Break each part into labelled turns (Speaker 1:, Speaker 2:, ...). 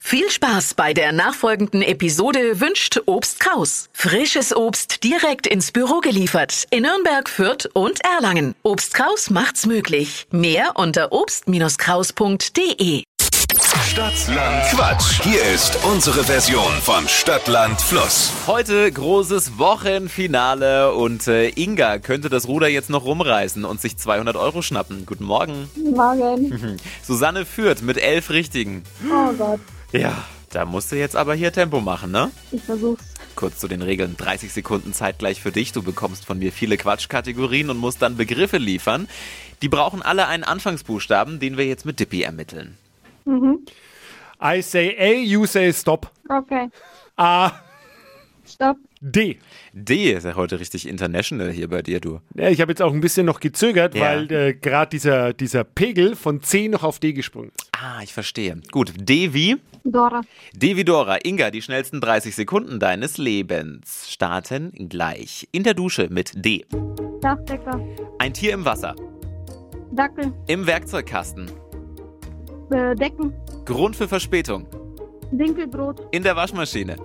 Speaker 1: Viel Spaß bei der nachfolgenden Episode wünscht Obst Kraus. Frisches Obst direkt ins Büro geliefert in Nürnberg, Fürth und Erlangen. Obst Kraus macht's möglich. Mehr unter obst-kraus.de.
Speaker 2: Stadtland Quatsch. Hier ist unsere Version von Stadtland Fluss.
Speaker 3: Heute großes Wochenfinale und äh, Inga könnte das Ruder jetzt noch rumreißen und sich 200 Euro schnappen. Guten Morgen.
Speaker 4: Morgen.
Speaker 3: Susanne führt mit elf Richtigen.
Speaker 4: Oh Gott,
Speaker 3: Ja, da musst du jetzt aber hier Tempo machen, ne?
Speaker 4: ich versuch's.
Speaker 3: Kurz zu den Regeln. 30 Sekunden Zeit gleich für dich. Du bekommst von mir viele Quatschkategorien und musst dann Begriffe liefern. Die brauchen alle einen Anfangsbuchstaben, den wir jetzt mit Dippy ermitteln.
Speaker 5: I say A, you say stop.
Speaker 4: Okay,
Speaker 5: A,
Speaker 4: stopp.
Speaker 5: D.
Speaker 3: D ist ja heute richtig international hier bei dir, du.
Speaker 5: Ja, ich habe jetzt auch ein bisschen noch gezögert,
Speaker 3: Ja.
Speaker 5: weil äh, gerade dieser, dieser Pegel von C noch auf D gesprungen ist.
Speaker 3: Ah, ich verstehe. Gut, D wie?
Speaker 4: Dora,
Speaker 3: Devidora, Inga, die schnellsten 30 Sekunden deines Lebens starten gleich. In der Dusche mit D.
Speaker 4: Dachdecker,
Speaker 3: Ein Tier im Wasser.
Speaker 4: Dackel,
Speaker 3: Im Werkzeugkasten.
Speaker 4: äh, Decken,
Speaker 3: Grund für Verspätung.
Speaker 4: Dinkelbrot,
Speaker 3: In der Waschmaschine.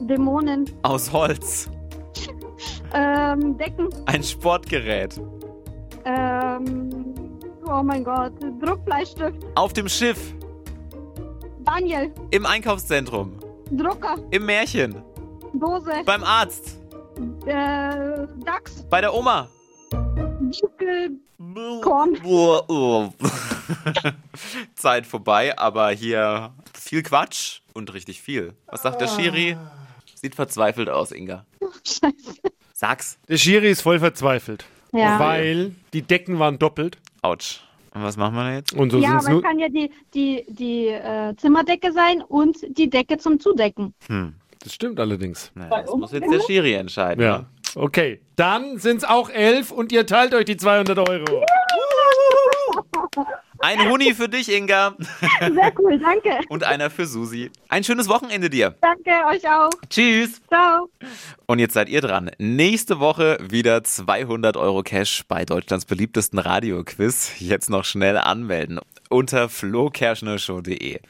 Speaker 4: Dämonen,
Speaker 3: Aus Holz.
Speaker 4: ähm, Decken,
Speaker 3: Ein Sportgerät.
Speaker 4: ähm, oh mein Gott, Druckbleistift,
Speaker 3: Auf dem Schiff.
Speaker 4: Daniel,
Speaker 3: Im Einkaufszentrum.
Speaker 4: Drucker,
Speaker 3: Im Märchen.
Speaker 4: Dose,
Speaker 3: Beim Arzt.
Speaker 4: äh, Dachs,
Speaker 3: Bei der Oma.
Speaker 4: Dinkelkorn,
Speaker 3: Uah, uah. Zeit vorbei, aber hier viel Quatsch und richtig viel. Was sagt der Schiri? Sieht verzweifelt aus, Inga.
Speaker 4: Scheiße.
Speaker 3: Sag's.
Speaker 5: Der Schiri ist voll verzweifelt,
Speaker 4: Ja,
Speaker 5: weil die Decken waren doppelt
Speaker 3: Autsch. Und was machen wir denn jetzt?
Speaker 5: und so
Speaker 4: ja
Speaker 5: sind es
Speaker 4: aber es
Speaker 5: nur.
Speaker 4: kann ja die, die, die äh, Zimmerdecke sein und die Decke zum Zudecken.
Speaker 5: Das stimmt allerdings.
Speaker 3: Naja, das muss jetzt der Schiri entscheiden. ne?
Speaker 5: Ja. Okay, dann sind es auch elf und ihr teilt euch die 200 Euro.
Speaker 3: Ein Huni für dich, Inga.
Speaker 4: Sehr cool, danke.
Speaker 3: Und einer für Susi. Ein schönes Wochenende dir.
Speaker 4: Danke euch auch.
Speaker 3: Tschüss.
Speaker 4: Ciao.
Speaker 3: Und jetzt seid ihr dran. Nächste Woche wieder 200 Euro Cash bei Deutschlands beliebtesten Radioquiz. Jetzt noch schnell anmelden unter flokerschnershow.de.